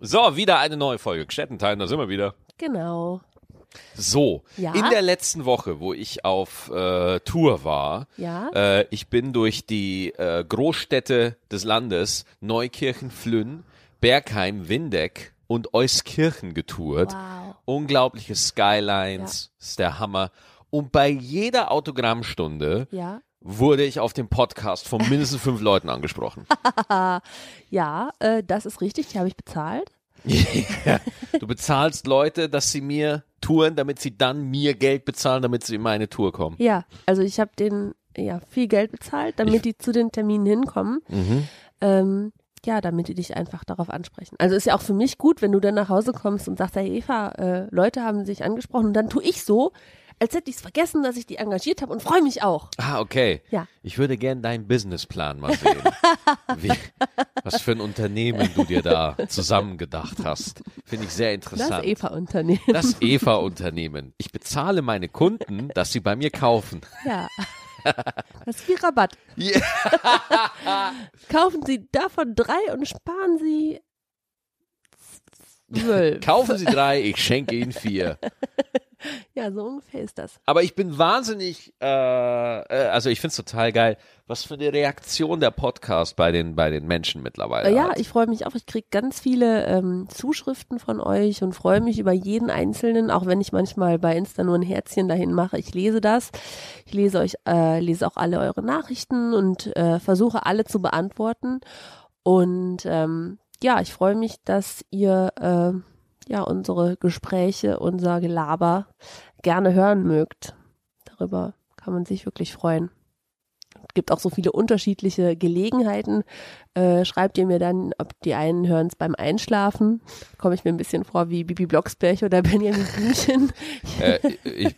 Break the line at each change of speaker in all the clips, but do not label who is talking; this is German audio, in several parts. So, wieder eine neue Folge. Gstettenteilen, da sind wir wieder.
Genau.
So,
Ja?
in der letzten Woche, wo ich auf äh, Tour war,
Ja?
äh, ich bin durch die äh, Großstädte des Landes, Neukirchen, Flünn, Bergheim, Windeck und Euskirchen getourt.
Wow.
Unglaubliche Skylines, ist der Hammer. Und bei jeder Autogrammstunde
Ja.
wurde ich auf dem Podcast von mindestens fünf Leuten angesprochen.
Ja, äh, das ist richtig, die habe ich bezahlt.
Ja. Du bezahlst Leute, dass sie mir touren, damit sie dann mir Geld bezahlen, damit sie in meine Tour kommen.
Ja, also ich habe denen ja viel Geld bezahlt, damit
Ich- Mhm.
die zu den Terminen hinkommen. Ähm, ja, damit die dich einfach darauf ansprechen. Also ist ja auch für mich gut, wenn du dann nach Hause kommst und sagst, hey Eva, äh, Leute haben sich angesprochen und dann tue ich so, als hätte ich es vergessen, dass ich die engagiert habe und freue mich auch.
Ah, okay.
Ja.
Ich würde gern deinen Businessplan mal sehen. Wie, was für ein Unternehmen du dir da zusammengedacht hast. Finde ich sehr
Das
interessant.
Eva-Unternehmen.
Das Eva-Unternehmen. Ich bezahle meine Kunden, dass sie bei mir kaufen.
Ja. Das ist viel Rabatt.
Ja.
Kaufen Sie davon drei und sparen Sie zwölf.
Kaufen Sie drei, ich schenke Ihnen vier.
Ja, so ungefähr ist das.
Aber ich bin wahnsinnig, äh, äh, also ich finde es total geil, was für eine Reaktion der Podcast bei den, bei den Menschen mittlerweile
Äh, ja,
hat.
ich freue mich auch. Ich kriege ganz viele ähm, Zuschriften von euch und freue mich über jeden einzelnen, auch wenn ich manchmal bei Insta nur ein Herzchen dahin mache. Ich lese das. Ich lese euch, äh, lese auch alle eure Nachrichten und äh, versuche alle zu beantworten. Und ähm, ja, ich freue mich, dass ihr äh, ja unsere Gespräche, unser Gelaber gerne hören mögt. Darüber kann man sich wirklich freuen. Es gibt auch so viele unterschiedliche Gelegenheiten. Äh, schreibt ihr mir dann, ob die einen hören es beim Einschlafen. Komme ich mir ein bisschen vor wie Bibi Blocksberg oder Benjamin Blümchen.
Äh, ich,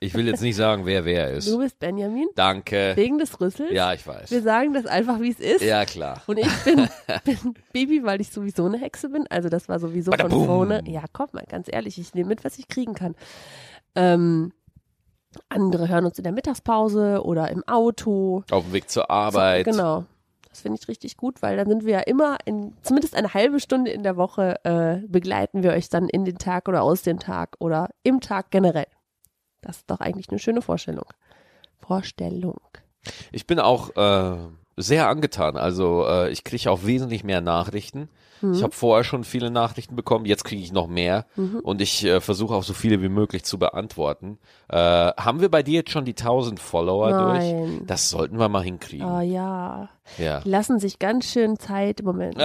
ich will jetzt nicht sagen, wer wer ist.
Du bist Benjamin,
Danke.
wegen des Rüssels.
äh, Ja, ich
Wir
weiß.
sagen das einfach, wie es ist.
Ja, klar.
Und ich bin, bin Baby, weil ich sowieso eine Hexe bin. Also das war sowieso von
Badabum.
vorne. Ja, komm mal, ganz ehrlich, ich nehme mit, was ich kriegen kann. Ähm, andere hören uns in der Mittagspause oder im Auto.
Auf dem Weg zur Arbeit.
So, genau. Das finde ich richtig gut, weil dann sind wir ja immer, in, zumindest eine halbe Stunde in der Woche, äh, begleiten wir euch dann in den Tag oder aus dem Tag oder im Tag generell. Das ist doch eigentlich eine schöne Vorstellung. Vorstellung.
Ich bin auch äh, sehr angetan. Also äh, ich kriege auch wesentlich mehr Nachrichten.
Mhm.
Ich habe vorher schon viele Nachrichten bekommen, jetzt kriege ich noch mehr und ich äh, versuche auch so viele wie möglich zu beantworten. Äh, haben wir bei dir jetzt schon die 1000 Follower
Nein.
durch? Das sollten wir mal
Ah
hinkriegen.
ja.
Ja. Ah!
Die lassen sich ganz schön Zeit im Moment.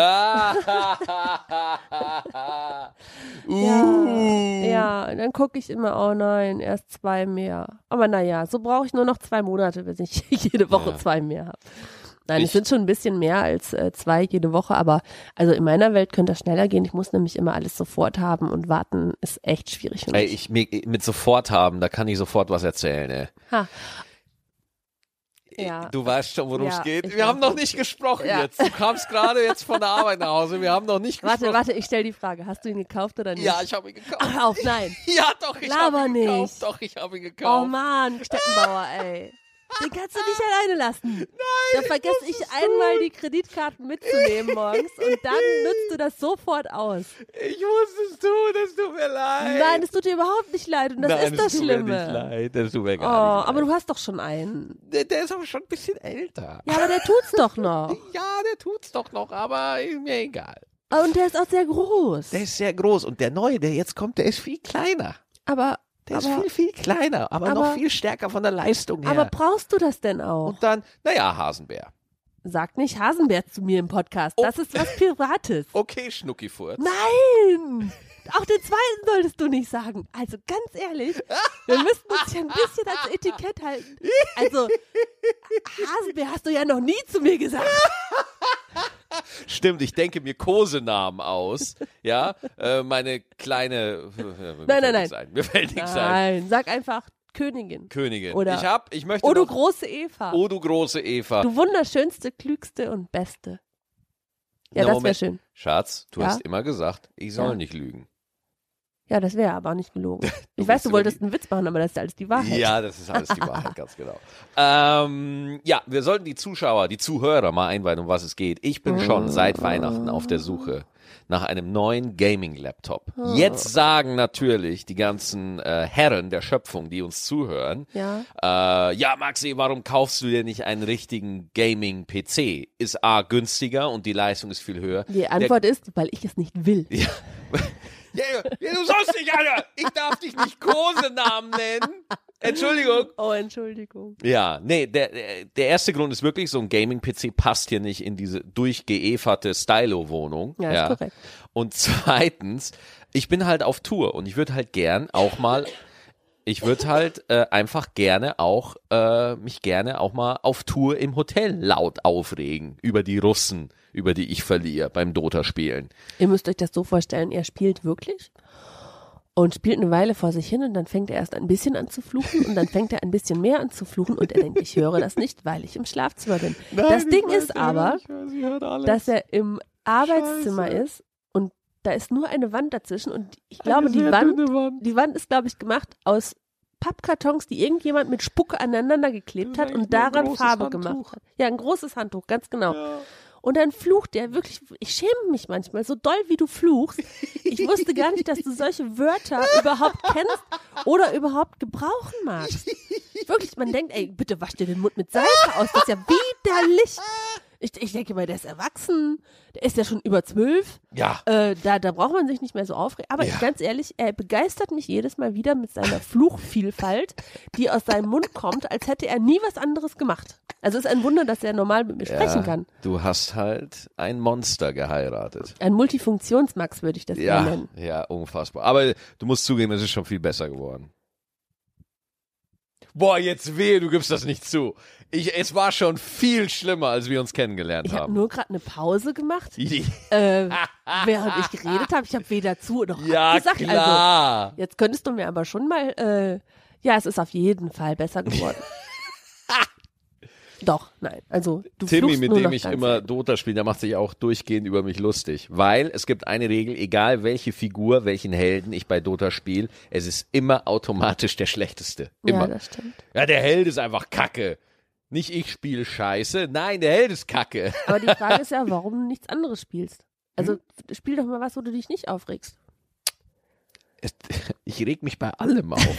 Uh.
Ja, und dann gucke ich immer, oh nein, erst zwei mehr. Aber naja, so brauche ich nur noch zwei Monate, bis ich jede Woche
Ja.
zwei mehr habe. Nein,
Ich-
es sind schon ein bisschen mehr als äh, zwei jede Woche, aber also in meiner Welt könnte das schneller gehen. Ich muss nämlich immer alles sofort haben und warten ist echt schwierig für mich.
Ey, ich mir- mit sofort haben, da kann ich sofort was erzählen. Ey.
ha. Ja.
Du weißt schon, worum es
Ja,
geht.
ich
Wir haben
weiß.
noch nicht gesprochen
Ja.
jetzt. Du kamst gerade jetzt von der Arbeit nach Hause. Wir haben noch nicht
Warte,
gesprochen.
warte, ich stell die Frage. Hast du ihn gekauft oder nicht?
Ja, ich habe ihn gekauft.
Ach, hör auf, nein.
Ja, doch, ich habe
Laber
ihn gekauft.
nicht.
Doch, ich habe ihn
Oh
gekauft.
Mann, Steppenbauer, ey. Den kannst du nicht alleine lassen. Nein. Da vergesse ich einmal die Kreditkarten mitzunehmen morgens und dann nutzt du das sofort aus.
ich muss es tun, es tut mir leid.
Nein, es tut dir überhaupt nicht leid und das
Nein,
ist das
es tut Mir nicht
Schlimme.
leid. Das tut mir
Oh,
gar nicht leid.
aber du hast doch schon einen.
der, der ist aber schon ein bisschen älter.
Ja, aber der tut's doch noch.
Ja, der tut's doch noch, aber ist mir egal.
Und der ist auch sehr groß.
Der ist sehr groß und der neue, der jetzt kommt, der ist viel kleiner.
Aber,
Der ist
aber,
viel, viel kleiner, aber, noch
aber-
viel stärker von der Leistung her.
aber brauchst du das denn auch?
und dann, naja, Hasenbär.
Sag nicht Hasenbär zu mir im Podcast.
Oh.
Das ist was Privates.
Okay, Schnuckifurt.
Nein! Auch den zweiten solltest du nicht sagen. Also ganz ehrlich, wir müssen uns ja ein bisschen ans Etikett halten. Also, Hasenbär hast du ja noch nie zu mir gesagt.
Stimmt, ich denke mir Kosenamen aus. Ja, äh, meine kleine. äh, Mir
Nein,
fällt
nein,
nichts Ein. Mir fällt nichts ein.
Nein, sag einfach Königin.
Königin.
Oder-
ich hab, ich möchte.
Oh, du
noch,
große Eva.
oh, du große Eva.
Du wunderschönste, klügste und beste.
Na,
Ja, das wäre
Moment.
schön.
Schatz, du
Ja?
hast immer gesagt, ich soll
Ja.
nicht lügen.
Ja, das wäre aber nicht gelogen.
Du
Ich weiß,
willst
du
über
wolltest
die-
einen Witz machen, aber das ist alles die Wahrheit.
Ja, das ist alles die Wahrheit, ganz genau. Ähm, ja, wir sollten die Zuschauer, die Zuhörer mal einweihen, um was es geht. Ich
Oh.
bin schon seit Weihnachten auf der Suche nach einem neuen Gaming-Laptop.
Oh.
Jetzt sagen natürlich die ganzen äh, Herren der Schöpfung, die uns zuhören,
Ja.
äh, ja, Maxi, warum kaufst du dir nicht einen richtigen Gaming-PC? Ist A günstiger und die Leistung ist viel höher.
Die Antwort ist, weil ich es nicht will.
Ja. Ja, ja, du sollst nicht, Alter. Ich darf dich nicht Kosenamen nennen. Entschuldigung.
Oh, Entschuldigung.
Ja, nee, der, der- der erste Grund ist wirklich, so ein Gaming-PC passt hier nicht in diese durchgeeferte Stylo-Wohnung.
Ja, ist korrekt.
Und zweitens, ich bin halt auf Tour und ich würde halt gern auch mal, ich würde halt äh, einfach gerne auch, äh, mich gerne auch mal auf Tour im Hotel laut aufregen über die Russen, über die ich verliere beim Dota-Spielen.
Ihr müsst euch das so vorstellen, er spielt wirklich und spielt eine Weile vor sich hin und dann fängt er erst ein bisschen an zu fluchen und dann fängt er ein bisschen mehr an zu fluchen und er denkt, ich höre das nicht, weil ich im Schlafzimmer bin. das Ding ist aber, dass er im Arbeitszimmer
Scheiße.
ist und da ist nur eine Wand dazwischen und ich glaube, die Wand, die Wand ist, glaube ich, gemacht aus Pappkartons, die irgendjemand mit Spucke aneinander geklebt
Das ist
hat
eigentlich
und
nur ein
daran
großes
Farbe
Handtuch.
gemacht hat. Ja, ein großes Handtuch, ganz genau. Und dann flucht er wirklich, ich schäme mich manchmal, so doll wie du fluchst. Ich wusste gar nicht, dass du solche Wörter überhaupt kennst oder überhaupt gebrauchen magst. Wirklich, man denkt, ey, bitte wasch dir den Mund mit Seife aus, das ist ja widerlich. Ich, ich denke mal, der ist erwachsen, der ist ja schon über zwölf.
Ja.
Äh, da, da braucht man sich nicht mehr so aufregen. Aber
Ja.
ich, ganz ehrlich, er begeistert mich jedes Mal wieder mit seiner Fluchvielfalt, die aus seinem Mund kommt, als hätte er nie was anderes gemacht. Also ist ein Wunder, dass er normal mit mir sprechen kann.
äh, Du hast halt ein Monster geheiratet.
Ein Multifunktionsmax würde ich das mal
Ja,
nennen.
ja, unfassbar. Aber du musst zugeben, es ist schon viel besser geworden. Boah, jetzt weh, du gibst das nicht zu. Ich, es war schon viel schlimmer, als wir uns kennengelernt
Ich habe
haben.
nur gerade eine Pause gemacht,
ja,
äh, während ich geredet habe. Ich habe weder zu noch abgesagt. Also,
klar.
jetzt könntest du mir aber schon mal, äh, ja, es ist auf jeden Fall besser geworden. Doch, nein. Also du
Timmy,
fluchst
mit
nur
dem
noch
ich
ganz
immer Dota spiele, der macht sich auch durchgehend über mich lustig. Weil es gibt eine Regel, egal welche Figur, welchen Helden ich bei Dota spiele, es ist immer automatisch der Schlechteste.
Ja,
Immer.
das stimmt.
Ja, der Held ist einfach Kacke. Nicht ich spiele Scheiße. Nein, der Held ist Kacke.
Aber die Frage ist ja, warum du nichts anderes spielst. Also
Hm?
spiel doch mal was, wo du dich nicht aufregst.
Es- Ich reg mich bei allem auf.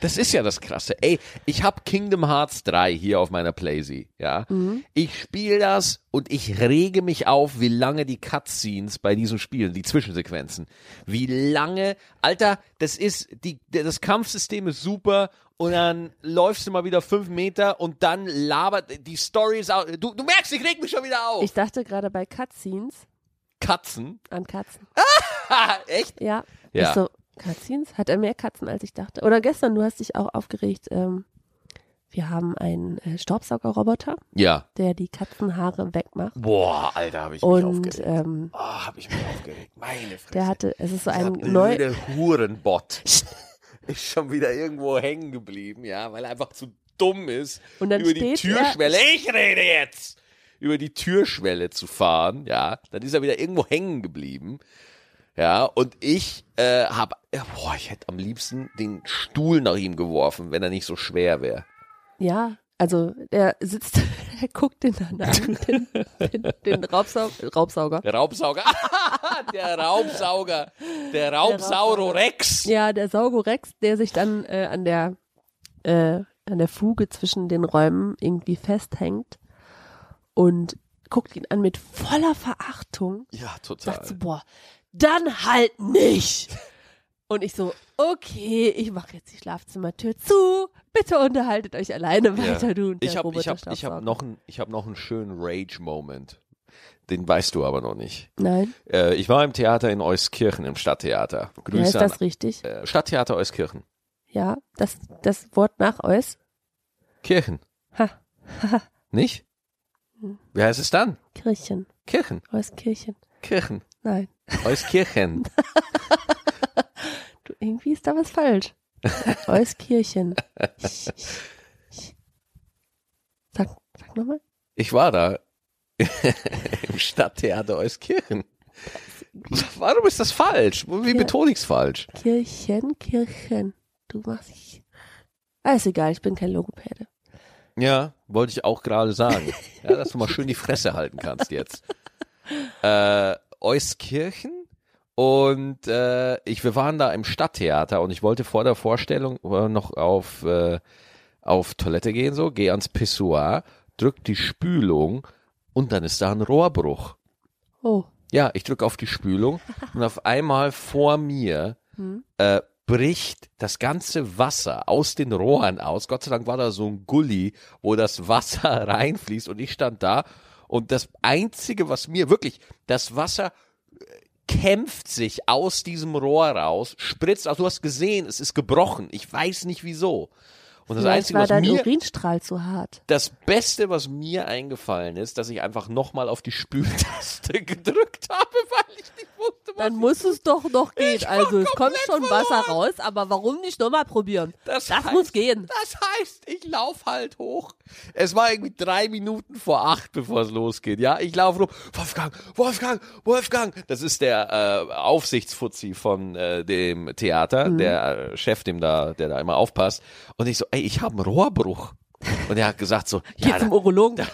Das ist ja das Krasse. Ey, ich hab Kingdom Hearts 3 hier auf meiner Playsee, ja.
Mhm.
Ich spiele das und ich rege mich auf, wie lange die Cutscenes bei diesen Spielen, die Zwischensequenzen, wie lange, Alter, das ist, die, das Kampfsystem ist super und dann läufst du mal wieder fünf Meter und dann labert, die Story ist auch, du, du merkst, ich reg mich schon wieder auf.
Ich dachte gerade bei Cutscenes
Katzen.
an Katzen.
Ha, echt?
Ja.
Ja.
Ich so, Cutscenes? Hat er mehr Katzen, als ich dachte? Oder gestern, du hast dich auch aufgeregt. Ähm, wir haben einen äh, Staubsaugerroboter,
Ja.
der die Katzenhaare wegmacht.
Boah, Alter, habe ich mich
Und
aufgeregt.
ähm,
Oh, habe ich mich aufgeregt. Meine Fresse.
der hatte, es ist so
Dieser
ein neu,
blöde Hurenbot ist schon wieder irgendwo hängen geblieben, ja, weil er einfach zu dumm ist,
Und dann
über die
steht
Türschwelle, ich rede jetzt, über die Türschwelle zu fahren, ja, dann ist er wieder irgendwo hängen geblieben. Ja, und ich äh, habe, boah, ich hätte am liebsten den Stuhl nach ihm geworfen, wenn er nicht so schwer wäre.
ja, also der sitzt, er guckt den dann an, den, den, den Raubsau Raubsauger.
Der Raubsauger, der Raubsauger, der Raubsaurorex.
Ja, der Saugorex, der sich dann äh, an der äh, an der Fuge zwischen den Räumen irgendwie festhängt und guckt ihn an mit voller Verachtung.
Ja,
Sagt so,
total.
boah, dann halt nicht. Und ich so, okay, ich mache jetzt die Schlafzimmertür zu. Bitte unterhaltet euch alleine weiter, du und der
Ich habe ich hab, ich
Roboterstaubsauger.
hab noch, einen- ich hab noch einen schönen Rage-Moment. Den weißt du aber noch nicht.
Nein,
Äh, ich war im Theater in Euskirchen, im Stadttheater.
ja, ist
Grüße an
das richtig?
äh, Stadttheater Euskirchen.
Ja, das, das Wort nach Eus.
Kirchen.
Ha,
Nicht?
Hm.
Wie heißt es dann?
Kirchen,
Kirchen.
Euskirchen.
Kirchen.
Nein.
Euskirchen.
Du, irgendwie ist da was falsch. Euskirchen. Sag, sag nochmal.
Ich war da. Im Stadttheater Euskirchen. Warum ist das falsch? Wie
Ja.
betone ich's falsch?
Kirchen, Kirchen. Du machst ich. Ah, ist egal, ich bin kein Logopäde.
Ja, wollte ich auch gerade sagen. Ja, dass du mal schön die Fresse halten kannst jetzt. Äh, Euskirchen und äh, ich, wir waren da im Stadttheater und ich wollte vor der Vorstellung äh, noch auf, äh, auf Toilette gehen, so, geh ans Pissoir, drück die Spülung und dann ist da ein Rohrbruch.
Oh.
Ja, ich drücke auf die Spülung und auf einmal vor mir
Hm.
äh, bricht das ganze Wasser aus den Rohren aus. Gott sei Dank war da so ein Gully, wo das Wasser reinfließt und ich stand da und das Einzige, was mir wirklich, das Wasser äh, kämpft sich aus diesem Rohr raus, spritzt, also du hast gesehen, es ist gebrochen. Ich weiß nicht wieso. Und das
Vielleicht
Einzige,
war
was
dein
mir
Urinstrahl zu hart.
das Beste, was mir eingefallen ist, dass ich einfach nochmal auf die Spültaste gedrückt habe, weil ich nicht wusste, was
Dann muss es doch noch gehen.
Ich war
also es kommt
komplett
schon Wasser raus, aber warum nicht nochmal probieren? das muss gehen.
Das heißt, ich lauf halt hoch. Es war irgendwie drei Minuten vor acht, bevor es losgeht. Ja, ich laufe rum. Wolfgang, Wolfgang, Wolfgang. Das ist der äh, Aufsichtsfuzzi von äh, dem Theater, der äh, Chef, dem da, der da immer aufpasst. Und ich so, ey, ich habe einen Rohrbruch. Und er hat gesagt so,
Geh
ja, genau,
zum Urologen.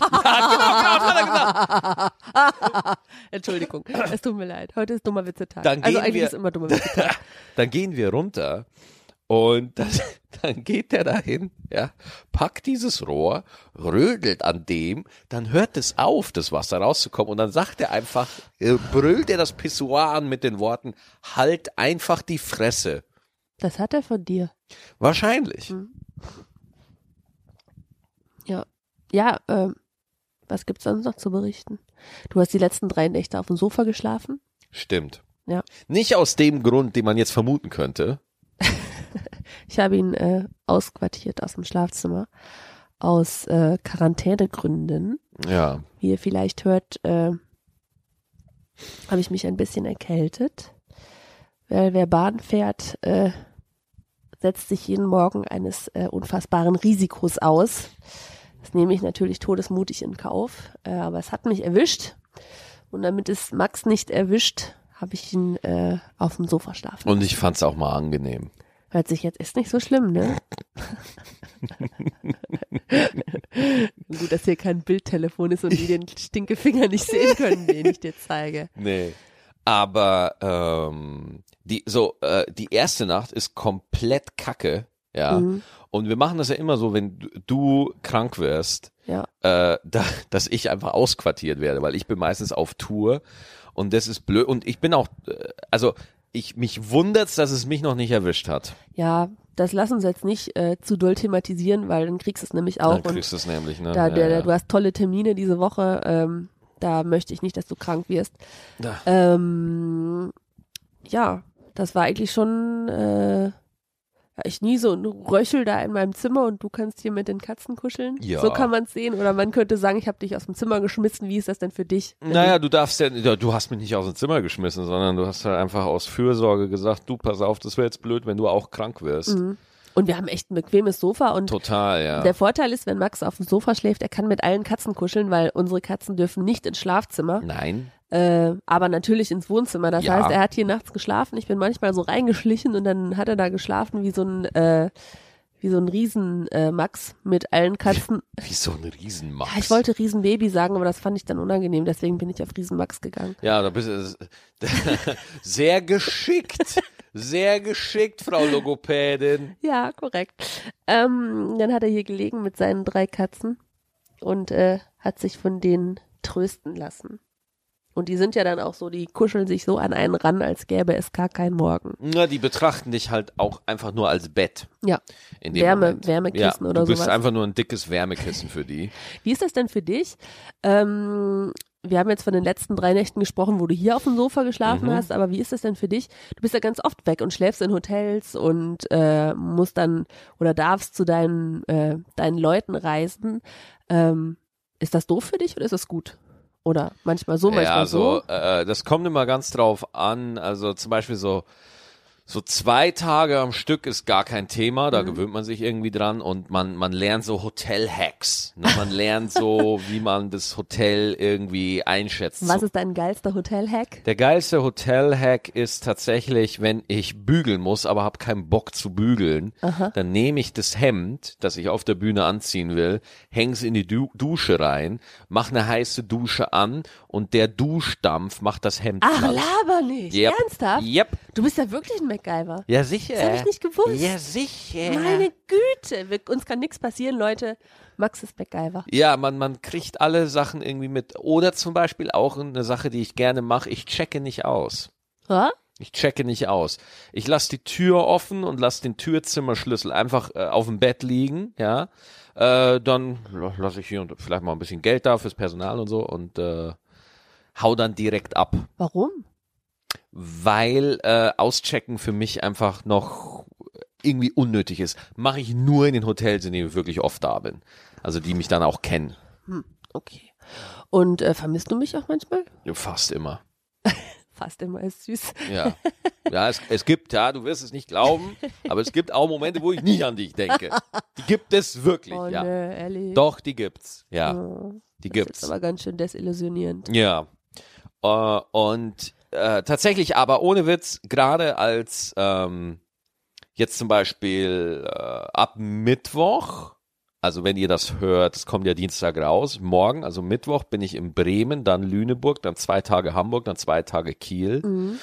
Entschuldigung, es tut mir leid. Heute ist dummer Witzetag.
Dann
Also
gehen
eigentlich
wir-
ist immer dummer Witzetag.
dann gehen wir runter und das, dann geht der dahin, ja, packt dieses Rohr, rödelt an dem, dann hört es auf, das Wasser rauszukommen und dann sagt er einfach, äh, brüllt er das Pissoir an mit den Worten, halt einfach die Fresse.
Das hat er von dir.
Wahrscheinlich.
Ja. Ja, ähm, was gibt's sonst noch zu berichten? Du hast die letzten drei Nächte auf dem Sofa geschlafen?
Stimmt.
Ja.
Nicht aus dem Grund, den man jetzt vermuten könnte.
Ich habe ihn äh, ausquartiert aus dem Schlafzimmer. Aus äh, Quarantänegründen.
Ja.
Wie ihr vielleicht hört, äh, habe ich mich ein bisschen erkältet. Weil wer Bahn fährt, äh, setzt sich jeden Morgen eines äh, unfassbaren Risikos aus. Das nehme ich natürlich todesmutig in Kauf, äh, aber es hat mich erwischt. Und damit es Max nicht erwischt, habe ich ihn äh, auf dem Sofa schlafen.
Und ich fand's auch mal angenehm.
Hört sich jetzt, ist nicht so schlimm, ne? Gut, dass hier kein Bildtelefon ist und die den Stinkefinger nicht sehen können, den ich dir zeige.
Nee. Aber ähm, die, so, äh, die erste Nacht ist komplett kacke. Ja.
Mhm.
Und wir machen das ja immer so, wenn du- du krank wirst,
Ja.
äh, da, dass ich einfach ausquartiert werde, weil ich bin meistens auf Tour und das ist blöd. Und ich bin auch, äh, also ich mich wundert's, dass es mich noch nicht erwischt hat.
ja, das lass uns jetzt nicht äh, zu doll thematisieren, weil dann kriegst du es nämlich auch.
Dann kriegst du es nämlich, ne?
und da,
ja,
der,
ja.
du hast tolle Termine diese Woche. Ähm, da möchte ich nicht, dass du krank wirst.
Da.
Ähm, ja, das war eigentlich schon. Äh, ja, ich niese und röchel da in meinem Zimmer und du kannst hier mit den Katzen kuscheln.
Ja.
So kann man es sehen. Oder man könnte sagen, ich habe dich aus dem Zimmer geschmissen. Wie ist das denn für dich?
Naja, du darfst ja, du hast mich nicht aus dem Zimmer geschmissen, sondern du hast halt einfach aus Fürsorge gesagt, du pass auf, das wäre jetzt blöd, wenn du auch krank wirst.
Mhm. Und wir haben echt ein bequemes Sofa und
Total, ja.
Der Vorteil ist, wenn Max auf dem Sofa schläft, er kann mit allen Katzen kuscheln, weil unsere Katzen dürfen nicht ins Schlafzimmer,
Nein.
äh, aber natürlich ins Wohnzimmer. Das
Ja.
heißt, er hat hier nachts geschlafen. Ich bin manchmal so reingeschlichen und dann hat er da geschlafen wie so ein äh, wie so ein Riesen äh, Max mit allen Katzen.
Wie so ein Riesenmax.
Ja, ich wollte Riesenbaby sagen, aber das fand ich dann unangenehm. Deswegen bin ich auf Riesen Max gegangen.
Ja, da bist du äh, sehr geschickt. Sehr geschickt, Frau Logopädin.
Ja, korrekt. Ähm, dann hat er hier gelegen mit seinen drei Katzen und äh, hat sich von denen trösten lassen. Und die sind ja dann auch so, die kuscheln sich so an einen ran, als gäbe es gar keinen Morgen.
Na, die betrachten dich halt auch einfach nur als Bett.
Ja.
In dem
Wärme-
Moment.
Wärmekissen
ja,
oder
Du bist
sowas.
einfach nur ein dickes Wärmekissen für die.
Wie ist das denn für dich? Ähm, wir haben jetzt von den letzten drei Nächten gesprochen, wo du hier auf dem Sofa geschlafen
Mhm.
hast, aber wie ist das denn für dich? Du bist ja ganz oft weg und schläfst in Hotels und äh, musst dann oder darfst zu deinen, äh, deinen Leuten reisen. Ähm, ist das doof für dich oder ist das gut? Oder manchmal so, manchmal
ja,
so?
Also, so, äh, das kommt immer ganz drauf an. Also zum Beispiel so, so zwei Tage am Stück ist gar kein Thema,
Mhm.
da gewöhnt man sich irgendwie dran und man, man lernt so Hotel-Hacks. Ne? Man lernt so, wie man das Hotel irgendwie einschätzt.
Was ist dein geilster Hotel-Hack?
Der geilste Hotel-Hack ist tatsächlich, wenn ich bügeln muss, aber habe keinen Bock zu bügeln, dann nehme ich das Hemd, das ich auf der Bühne anziehen will, häng's in die du Dusche rein, mach eine heiße Dusche an und der Duschdampf macht das Hemd
Ach,
platt.
laber nicht.
Yep.
Ernsthaft?
Yep.
Du bist ja wirklich ein MacGyver.
Ja, sicher.
Das hab ich nicht gewusst.
Ja, sicher.
Meine Güte, wir, uns kann nichts passieren, Leute. Max ist MacGyver.
Ja, man, man kriegt alle Sachen irgendwie mit. Oder zum Beispiel auch eine Sache, die ich gerne mache, ich checke nicht aus.
Ha?
Ich checke nicht aus. Ich lasse die Tür offen und lasse den Türzimmerschlüssel einfach äh, auf dem Bett liegen, ja. Äh, dann lasse ich hier und vielleicht mal ein bisschen Geld da fürs Personal und so und äh, hau dann direkt ab.
Warum?
Weil äh, auschecken für mich einfach noch irgendwie unnötig ist. Mache ich nur in den Hotels, in denen ich wirklich oft da bin. Also die mich dann auch kennen.
Okay. Und äh, vermisst du mich auch manchmal?
Ja, Fast immer.
Fast immer ist süß.
Ja. Ja, es, es gibt, ja, du wirst es nicht glauben, aber es gibt auch Momente, wo ich nicht an dich denke. Die gibt es wirklich,
Oh
ja.
nö, ehrlich.
Doch, die gibt's. Ja,
Oh,
die
das ist
gibt's.
aber ganz schön desillusionierend.
Ja. Äh, und äh, tatsächlich, aber ohne Witz, gerade als ähm, jetzt zum Beispiel äh, ab Mittwoch, also wenn ihr das hört, es kommt ja Dienstag raus, morgen, also Mittwoch bin ich in Bremen, dann Lüneburg, dann zwei Tage Hamburg, dann zwei Tage Kiel.
Mhm.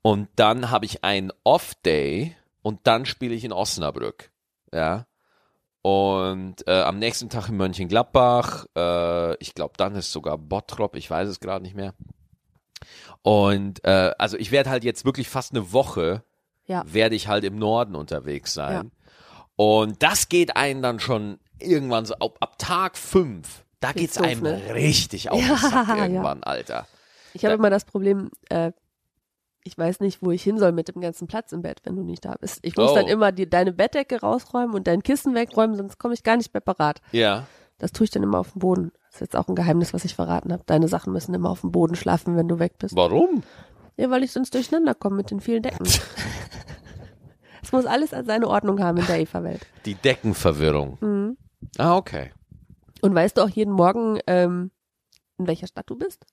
Und dann habe ich einen Off-Day und dann spiele ich in Osnabrück. Ja. Und äh, am nächsten Tag in Mönchengladbach, äh, ich glaube, dann ist sogar Bottrop, ich weiß es gerade nicht mehr. Und äh, also ich werde halt jetzt wirklich fast eine Woche,
Ja.
werde ich halt im Norden unterwegs sein. Und das geht einen dann schon irgendwann so ab, ab Tag fünf. Da
Geht's
geht's
los,
einem
ne?
richtig auf
Ja,
den Sack
ja.
irgendwann, Alter.
Ich habe
Ja.
immer das Problem, äh, ich weiß nicht, wo ich hin soll mit dem ganzen Platz im Bett, wenn du nicht da bist. Ich muss
Oh.
dann immer die, deine Bettdecke rausräumen und dein Kissen wegräumen, sonst komme ich gar nicht mehr parat.
Ja.
Das tue ich dann immer auf dem Boden. Das ist jetzt auch ein Geheimnis, was ich verraten habe. Deine Sachen müssen immer auf dem Boden schlafen, wenn du weg bist.
Warum?
Ja, weil ich sonst durcheinander komme mit den vielen Decken. es muss alles seine Ordnung haben in der Eva-Welt.
Die Deckenverwirrung.
Mhm.
Ah, okay.
Und weißt du auch jeden Morgen, ähm, in welcher Stadt du bist?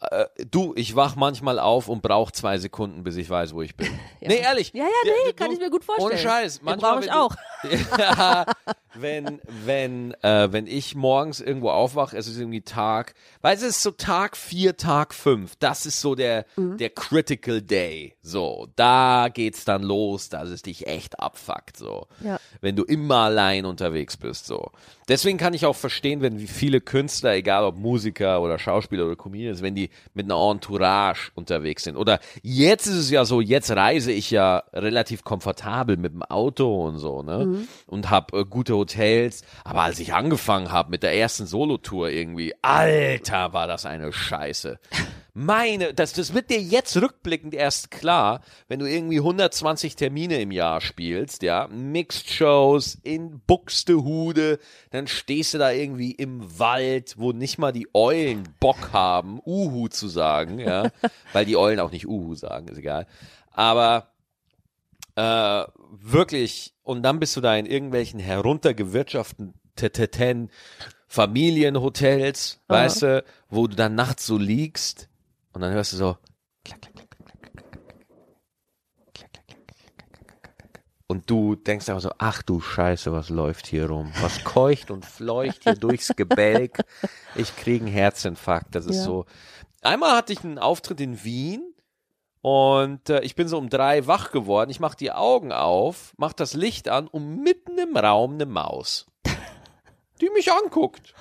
Äh, du, ich wach manchmal auf und brauche zwei Sekunden, bis ich weiß, wo ich bin.
Ja.
Nee, ehrlich.
Ja, ja,
Ja,
nee,
du-
kann ich mir gut vorstellen.
Ohne Scheiß.
Den
Manchmal,
brauche
wenn
ich
du-
auch.
ja, wenn, wenn, äh, wenn ich morgens irgendwo aufwache, es ist irgendwie Tag, weil es ist so Tag vier, Tag fünf. das ist so der,
Mhm.
der Critical Day. So, da geht's dann los, dass es dich echt abfuckt, so.
Ja.
Wenn du immer allein unterwegs bist, so. Deswegen kann ich auch verstehen, wenn wie viele Künstler, egal ob Musiker oder Schauspieler oder Comedians, wenn die mit einer Entourage unterwegs sind. Oder jetzt ist es ja so, jetzt reise ich ja relativ komfortabel mit dem Auto und so, ne? Und hab äh, gute Hotels. Aber als ich angefangen habe mit der ersten Solotour irgendwie, Alter, war das eine Scheiße. Meine, das, das wird dir jetzt rückblickend erst klar, wenn du irgendwie 120 Termine im Jahr spielst, ja, Mixed Shows in Buxtehude, dann stehst du da irgendwie im Wald, wo nicht mal die Eulen Bock haben, Uhu zu sagen, ja, weil die Eulen auch nicht Uhu sagen, ist egal. Aber äh, wirklich, und dann bist du da in irgendwelchen heruntergewirtschafteten Familienhotels,
Aha.
weißt du, wo du dann nachts so liegst und dann hörst du so klack, klack, klack, klack, klack, klack, klack, klack, klack, klack, klack, klack, klack, klack. und du denkst aber so, ach du Scheiße, was läuft hier rum? Was keucht und fleucht hier durchs Gebälk? Ich kriege einen Herzinfarkt. Das ist
Ja.
so. Einmal hatte ich einen Auftritt in Wien und äh, ich bin so um drei wach geworden. Ich mache die Augen auf, mache das Licht an und mitten im Raum eine Maus, die mich anguckt.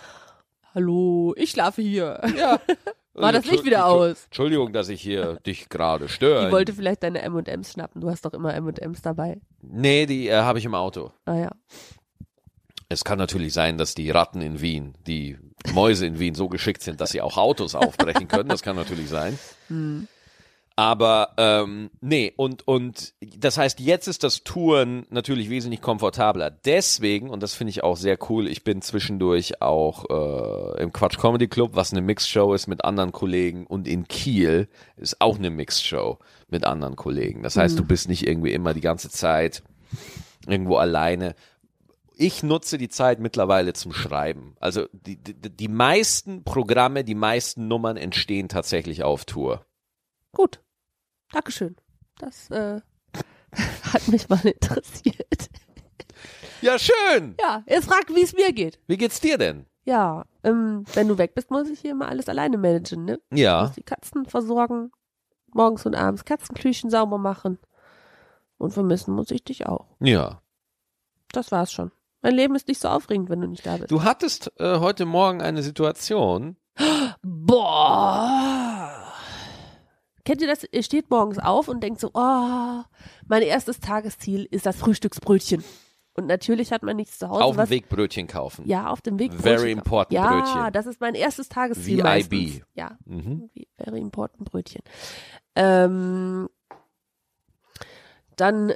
Hallo, ich schlafe hier.
Ja.
War das
Entschu-
Licht wieder
Entschu-
aus?
Entschuldigung, dass ich hier dich gerade störe.
Die wollte vielleicht deine M&M's schnappen. Du hast doch immer M&M's dabei.
nee, die äh, habe ich im Auto.
Ah ja.
Es kann natürlich sein, dass die Ratten in Wien, die Mäuse in Wien so geschickt sind, dass sie auch Autos aufbrechen können. Das kann natürlich sein. Aber ähm, nee, und, und das heißt, jetzt ist das Touren natürlich wesentlich komfortabler. Deswegen, und das finde ich auch sehr cool, ich bin zwischendurch auch äh, im Quatsch Comedy Club, was eine Mixshow ist mit anderen Kollegen, und in Kiel ist auch eine Mixshow mit anderen Kollegen. Das heißt, du bist nicht irgendwie immer die ganze Zeit irgendwo alleine. Ich nutze die Zeit mittlerweile zum Schreiben. Also die, die, die meisten Programme, die meisten Nummern entstehen tatsächlich auf Tour.
Gut. Dankeschön. Das äh, hat mich mal interessiert.
Ja, schön.
Ja, ihr fragt, wie es mir geht.
Wie geht's dir denn?
Ja, ähm, wenn du weg bist, muss ich hier immer alles alleine managen, ne?
Ja.
Muss die Katzen versorgen, morgens und abends Katzenklüchen sauber machen. Und vermissen muss ich dich auch.
Ja.
Das war's schon. Mein Leben ist nicht so aufregend, wenn du nicht da bist.
Du hattest äh, heute Morgen eine Situation.
Boah. Kennt ihr das? Ihr steht morgens auf und denkt so, oh, mein erstes Tagesziel ist das Frühstücksbrötchen. Und natürlich hat man nichts zu Hause.
auf dem
was,
Weg Brötchen kaufen.
Ja, auf dem Weg.
Very
Brötchen.
important
ja,
Brötchen.
das ist mein erstes Tagesziel
VIB.
meistens. Ja,
Mhm.
Hm? wie very important Brötchen. Ähm, dann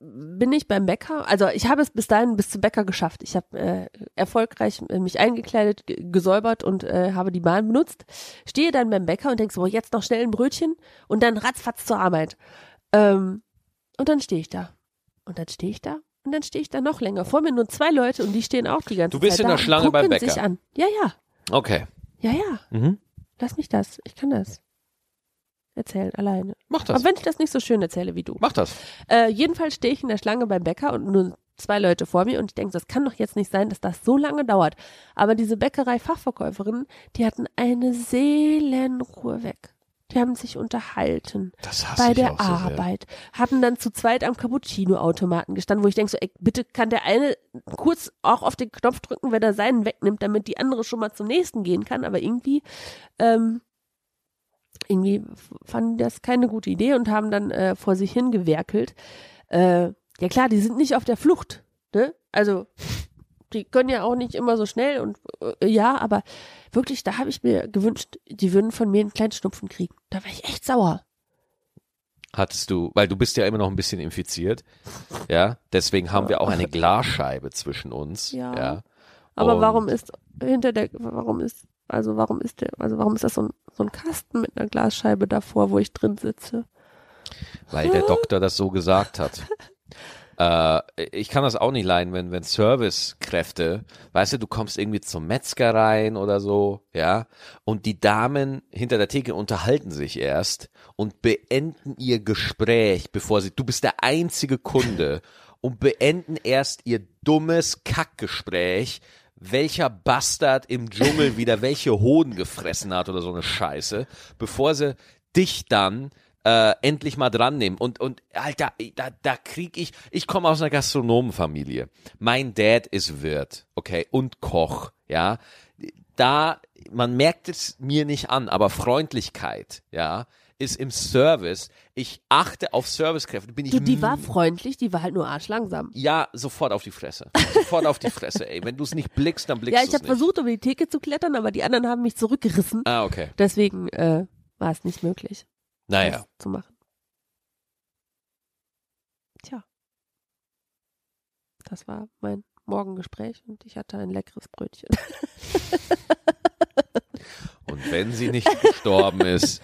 bin ich beim Bäcker, also ich habe es bis dahin bis zum Bäcker geschafft. Ich habe äh, erfolgreich äh, mich eingekleidet, ge- gesäubert und äh, habe die Bahn benutzt. Stehe dann beim Bäcker und denke so, boah, jetzt noch schnell ein Brötchen und dann ratzfatz zur Arbeit. Ähm, und dann stehe ich da. Und dann stehe ich da. Und dann stehe ich da noch länger. Vor mir nur zwei Leute und die stehen auch die ganze
Du bist
Zeit
in
da
der
und
Schlange beim
gucken sich
Bäcker.
an. Ja, ja.
Okay.
Ja, ja.
Mhm.
Lass mich das. Ich kann das. Erzählen, alleine.
Mach das.
Aber wenn ich das nicht so schön erzähle wie du.
Mach das.
Äh, jedenfalls stehe ich in der Schlange beim Bäcker und nur zwei Leute vor mir und ich denke, das kann doch jetzt nicht sein, dass das so lange dauert. Aber diese Bäckerei-Fachverkäuferinnen, die hatten eine Seelenruhe weg. Die haben sich unterhalten
Das hasse
bei
ich
der
auch so sehr.
Arbeit, haben dann zu zweit am Cappuccino-Automaten gestanden, wo ich denke so, ey, bitte kann der eine kurz auch auf den Knopf drücken, wenn er seinen wegnimmt, damit die andere schon mal zum nächsten gehen kann, aber irgendwie, ähm, irgendwie f- fanden die das keine gute Idee und haben dann äh, vor sich hingewerkelt. Äh, ja klar, die sind nicht auf der Flucht, ne? Also die können ja auch nicht immer so schnell und äh, ja, aber wirklich, da habe ich mir gewünscht, die würden von mir einen kleinen Schnupfen kriegen. Da war ich echt sauer.
Hattest du, weil du bist ja immer noch ein bisschen infiziert. Ja. Deswegen haben wir auch eine Glasscheibe zwischen uns.
Ja.
Ja.
Aber
Und-
warum ist hinter der, warum ist, also warum ist der, also warum ist das so ein, so ein Kasten mit einer Glasscheibe davor, wo ich drin sitze?
Weil der Doktor das so gesagt hat. Äh, ich kann das auch nicht leiden, wenn, wenn Servicekräfte, weißt du, du kommst irgendwie zum Metzger rein oder so, ja, und die Damen hinter der Theke unterhalten sich erst und beenden ihr Gespräch, bevor sie, du bist der einzige Kunde und beenden erst ihr dummes Kackgespräch, welcher Bastard im Dschungel wieder welche Hoden gefressen hat oder so eine Scheiße, bevor sie dich dann äh, endlich mal dran nehmen. Und, und Alter, da, da krieg ich, ich komme aus einer Gastronomenfamilie. Mein Dad ist Wirt, okay, und Koch, ja. Da, man merkt es mir nicht an, aber Freundlichkeit, ja, ist im Service. Ich achte auf Servicekräfte. Bin ich
Du, die war
nie-
freundlich, die war halt nur arschlangsam.
ja, sofort auf die Fresse. Sofort auf die Fresse, ey. Wenn du es nicht blickst, dann blickst
Ja,
du es
ich habe
nicht.
versucht, über die Theke zu klettern, aber die anderen haben mich zurückgerissen.
Ah, okay.
Deswegen äh, war es nicht möglich,
Naja.
das zu machen. Tja. Das war mein Morgengespräch und ich hatte ein leckeres Brötchen.
Und wenn sie nicht gestorben ist,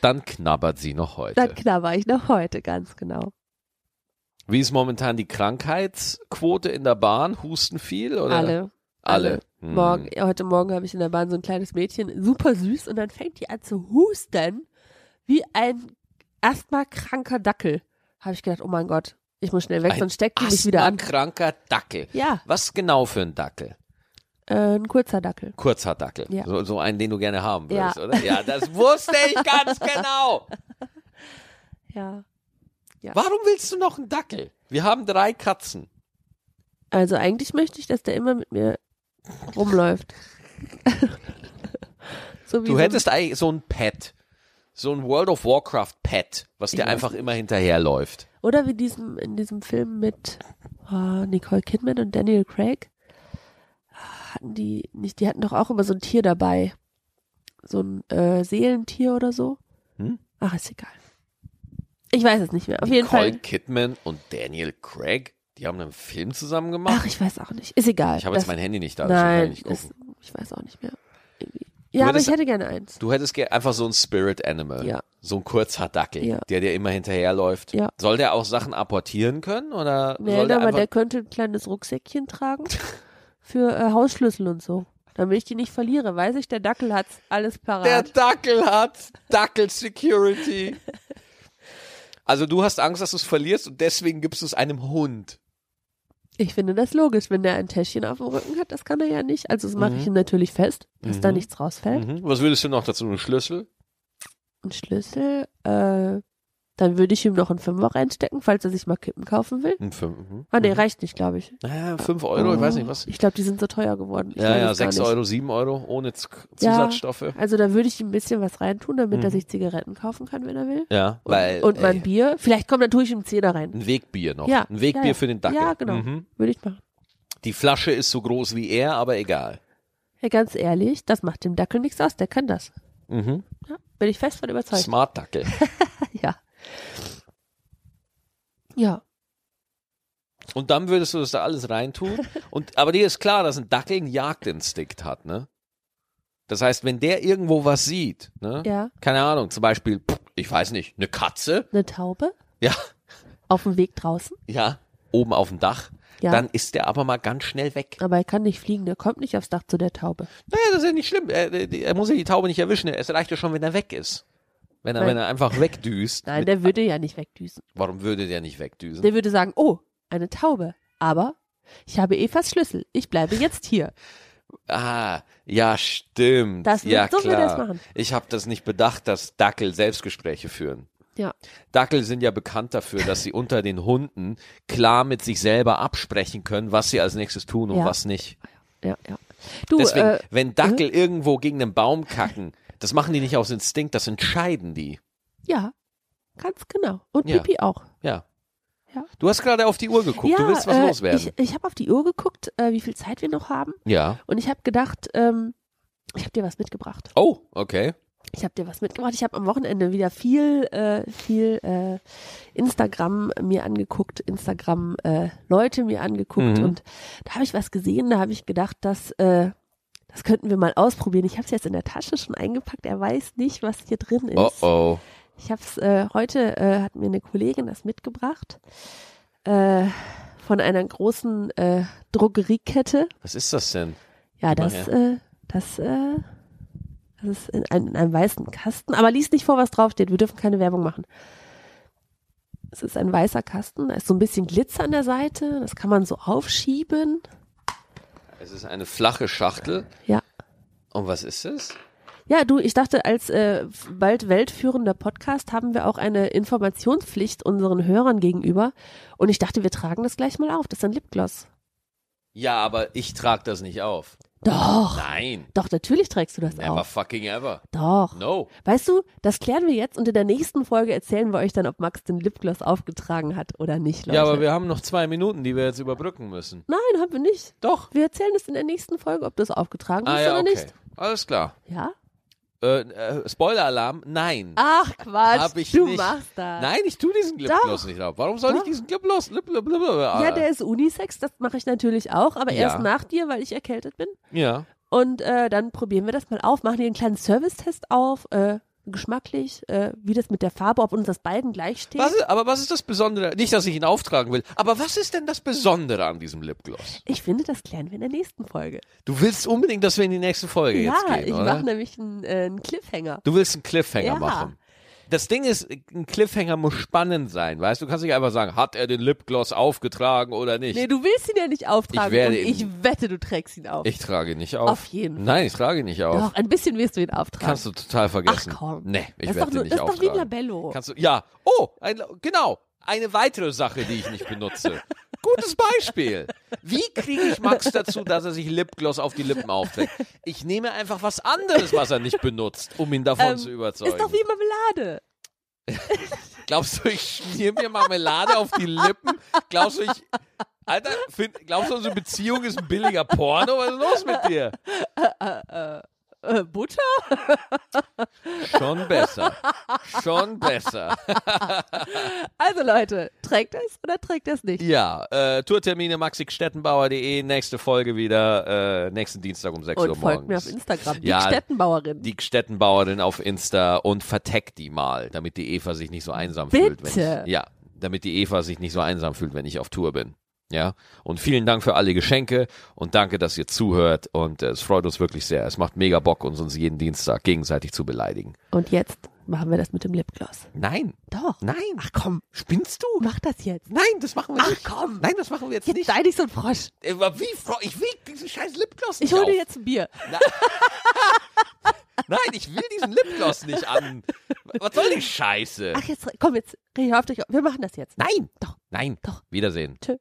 dann knabbert sie noch heute.
Dann knabber ich noch heute, ganz genau.
Wie ist momentan die Krankheitsquote in der Bahn? Husten viel? Oder?
Alle.
Alle. Hm.
Morgen, heute Morgen habe ich in der Bahn so ein kleines Mädchen, super süß, und dann fängt die an zu husten, wie ein asthmakranker Dackel. Habe ich gedacht, oh mein Gott, ich muss schnell weg,
Ein
sonst steckt die mich wieder an.
kranker Dackel.
Ja,
Was genau für ein Dackel?
äh, ein kurzer Dackel.
Kurzer Dackel.
Ja.
So, so einen, den du gerne haben
Ja.
würdest, oder? Ja, das wusste ich ganz genau.
Ja.
Warum willst du noch einen Dackel? Wir haben drei Katzen.
Also eigentlich möchte ich, dass der immer mit mir rumläuft. so wie
Du
so-
hättest eigentlich so ein Pet. So ein World of Warcraft Pet, was dir
Ich weiß
einfach immer hinterherläuft.
Oder wie diesem, in diesem Film mit ah, Nicole Kidman und Daniel Craig. Hatten die nicht, die hatten doch auch immer so ein Tier dabei. So ein äh, Seelentier oder so.
Hm?
Ach, ist egal. Ich weiß es nicht mehr. Auf jeden
Nicole
Fall.
Kidman und Daniel Craig, die haben einen Film zusammen
Ach,
gemacht.
ich weiß auch nicht. Ist egal.
ich habe jetzt
Das-
mein Handy nicht da, deswegen kann ich
Nein,
nicht
das,
gucken.
ich weiß auch nicht mehr. Irgendwie. Ja, aber
würdest-
ich hätte gerne eins.
Du hättest gerne einfach so ein Spirit Animal.
Ja.
So ein kurzer Dackel,
Ja.
der dir immer hinterherläuft.
Ja.
Soll der auch Sachen apportieren können? Oder soll
Nein,
der
aber
einfach,
der könnte ein kleines Rucksäckchen tragen für äh, Hausschlüssel und so. Damit ich die nicht verliere, weiß ich, der Dackel hat's alles
Der
parat.
Dackel hat Dackel Security. Also du hast Angst, dass du es verlierst und deswegen gibst du es einem Hund.
Ich finde das logisch, wenn der ein Täschchen auf dem Rücken hat, das kann er ja nicht. Also das mache ich ihm natürlich fest, dass da
Mhm.
nichts rausfällt.
Mhm. Was würdest du noch dazu? Einen Schlüssel?
Ein Schlüssel, äh, dann würde ich ihm noch einen Fünfer reinstecken, falls er sich mal Kippen kaufen will.
Ein Fünf, mhm.
Ah, nee, reicht nicht, glaube ich. Oh.
Naja, fünf Euro, ich weiß nicht was.
Ich glaube, die sind so teuer geworden. Ich
Ja,
weiß
ja,
es gar
sechs
nicht.
Euro, sieben Euro ohne Z
Ja.
Zusatzstoffe.
Also da würde ich ihm ein bisschen was reintun, damit er
Mhm.
sich Zigaretten kaufen kann, wenn er will.
Ja,
Und,
weil
und mein
ey, Mhm.
Bier. Vielleicht kommt natürlich im Zehner rein.
ein Wegbier noch.
Ja,
ein Wegbier
ja, ja.
für den Dackel.
Ja, genau.
Mhm.
Würde ich machen.
Die Flasche ist so groß wie er, aber egal.
Ja, ganz ehrlich, das macht dem Dackel nichts aus. Der kann das.
Mhm.
Ja, bin ich fest von überzeugt.
Smart Dackel.
Ja. Ja.
Und dann würdest du das da alles reintun. Und, aber dir ist klar, dass ein Dackel einen Jagdinstinkt hat, ne? Das heißt, wenn der irgendwo was sieht, ne?
Ja.
Keine Ahnung, zum Beispiel, pff, ich weiß nicht, eine Katze,
Eine Taube
ja,
auf dem Weg draußen.
ja, oben auf dem Dach,
Ja.
dann ist der aber mal ganz schnell weg.
Aber er kann nicht fliegen. Der kommt nicht aufs Dach zu der Taube.
Naja, das ist ja nicht schlimm. Er, er muss ja die Taube nicht erwischen. Es reicht ja schon, wenn er weg ist. Wenn er,
Nein.
wenn er einfach wegdüst.
Nein,
mit-
der würde ja nicht wegdüsen.
warum würde der nicht wegdüsen?
Der würde sagen, oh, eine Taube. Aber ich habe Evas Schlüssel. Ich bleibe jetzt hier.
Ah, ja, stimmt.
Das wird-
ja,
so wird
klar.
er's machen.
Ich habe das nicht bedacht, dass Dackel Selbstgespräche führen.
Ja.
Dackel sind ja bekannt dafür, dass sie unter den Hunden klar mit sich selber absprechen können, was sie als nächstes tun und
Ja.
was nicht.
Ja, ja. Du,
Deswegen,
äh,
wenn Dackel irgendwo gegen einen Baum kacken, das machen die nicht aus Instinkt, das entscheiden die.
ja. Ganz genau. Und
Ja.
Pipi auch.
Ja.
Ja.
Du hast gerade auf die Uhr geguckt,
ja,
du willst was
äh,
loswerden.
Ich, ich habe auf die Uhr geguckt, äh, wie viel Zeit wir noch haben.
Ja.
Und ich habe gedacht, ähm, ich habe dir was mitgebracht.
Oh, okay.
Ich habe dir was mitgebracht. Ich habe am Wochenende wieder viel, äh, viel äh, Instagram mir angeguckt, Instagram äh, Leute mir angeguckt
Mhm.
und da habe ich was gesehen. Da habe ich gedacht, dass äh, das könnten wir mal ausprobieren. Ich habe es jetzt in der Tasche schon eingepackt. Er weiß nicht, was hier drin ist.
Oh oh.
Ich habe es äh, heute äh, hat mir eine Kollegin das mitgebracht äh, von einer großen äh, Drogeriekette.
Was ist das denn?
Ja,
Gib mal
das, äh, das, äh, das ist in, ein, in einem weißen Kasten. Aber lies nicht vor, was draufsteht. Wir dürfen keine Werbung machen. Es ist ein weißer Kasten. Da ist so ein bisschen Glitzer an der Seite. Das kann man so aufschieben.
Es ist eine flache Schachtel.
Ja.
Und was ist es?
Ja, du, ich dachte, als äh, bald weltführender Podcast haben wir auch eine Informationspflicht unseren Hörern gegenüber. Und ich dachte, wir tragen das gleich mal auf. Das ist ein Lipgloss.
Ja, aber ich trage das nicht auf.
Doch.
Nein.
Doch, natürlich trägst du das
Never
auf.
fucking ever.
Doch.
No.
Weißt du, das klären wir jetzt und in der nächsten Folge erzählen wir euch dann, ob Max den Lipgloss aufgetragen hat oder nicht, Leute.
Ja, aber wir haben noch zwei Minuten, die wir jetzt überbrücken müssen.
Nein, haben wir nicht.
Doch.
Wir erzählen es in der nächsten Folge, ob du es aufgetragen hast
Ah ja,
oder
okay.
nicht.
Alles klar.
Ja?
Äh, äh, Spoiler-Alarm? Nein.
Ach Quatsch,
Hab ich
du
nicht.
machst das.
Nein, ich tue diesen Lipgloss nicht auf. Warum soll
Ah. Doch.
ich diesen Lipgloss? Lip, lip, lip, lip,
Ja, der ist Unisex, das mache ich natürlich auch, aber
Ah. Ja.
erst nach dir, weil ich erkältet bin.
ja.
Und äh, dann probieren wir das mal auf, machen hier einen kleinen Servicetest auf, äh, geschmacklich, äh, wie das mit der Farbe, ob uns das beiden gleich steht.
Was ist, aber was ist das Besondere? Nicht, dass ich ihn auftragen will, aber was ist denn das Besondere an diesem Lipgloss?
Ich finde, das klären wir in der nächsten Folge.
Du willst unbedingt, dass wir in die nächste Folge jetzt
ja,
gehen,
ich
oder?
mache nämlich einen, äh, einen Cliffhanger.
Du willst einen Cliffhanger
Ja.
machen. Das Ding ist, ein Cliffhanger muss spannend sein, weißt du? Du kannst nicht einfach sagen, hat er den Lipgloss aufgetragen oder nicht?
Nee, du willst ihn ja nicht auftragen.
Ich werde
und
ihn-
ich wette, du trägst ihn auf.
ich trage ihn nicht auf.
Auf jeden Fall.
Nein, ich trage ihn nicht auf.
Doch, ein bisschen wirst du ihn auftragen.
Kannst du total vergessen.
Ach komm.
Nee, ich
das ist doch,
werde den
nur,
nicht
das ist doch wie
auftragen.
ein Labello.
Kannst du, ja. Oh, ein, La- genau. Eine weitere Sache, die ich nicht benutze. Gutes Beispiel. Wie kriege ich Max dazu, dass er sich Lipgloss auf die Lippen aufträgt? Ich nehme einfach was anderes, was er nicht benutzt, um ihn davon
Ähm,
zu überzeugen.
ist doch wie Marmelade.
Glaubst du, ich schmier mir Marmelade auf die Lippen? Glaubst du, ich. Alter, find, glaubst du, unsere Beziehung ist ein billiger Porno? Was ist los mit dir?
äh, Butter?
Schon besser. Schon besser.
Also Leute, trägt das oder trägt das nicht?
Ja, äh, Tourtermine maxikstettenbauer.de, nächste Folge wieder, äh, nächsten Dienstag um 6
Und
Uhr
folgt mir auf
morgens.
Instagram, die
Ja.
Stettenbauerin.
Die Stettenbauerin auf Insta und verteckt die mal, damit die Eva sich nicht so einsam fühlt.
Bitte.
Wenn ich, ja, damit die Eva sich nicht so einsam fühlt, wenn ich auf Tour bin. Ja, und vielen Dank für alle Geschenke und danke, dass ihr zuhört und äh, es freut uns wirklich sehr. Es macht mega Bock, uns, uns jeden Dienstag gegenseitig zu beleidigen.
Und jetzt machen wir das mit dem Lipgloss.
Nein,
Doch.
nein. Ach komm. Spinnst du?
Mach das jetzt.
Nein, das machen wir
Ach,
nicht.
komm.
Nein, das machen wir jetzt,
Jetzt
nicht.
sei nicht so ein Frosch.
Äh, aber Wie, Frau? Ich will diesen scheiß Lipgloss nicht
Ich hole
auf. Äh.
dir jetzt ein Bier.
Na- Nein, ich will diesen Lipgloss nicht an. Was soll die Scheiße?
Ach, jetzt komm, jetzt hör auf dich. auf. Wir machen das jetzt.
Nein.
Doch.
Nein.
Doch.
Wiedersehen.
Tschö.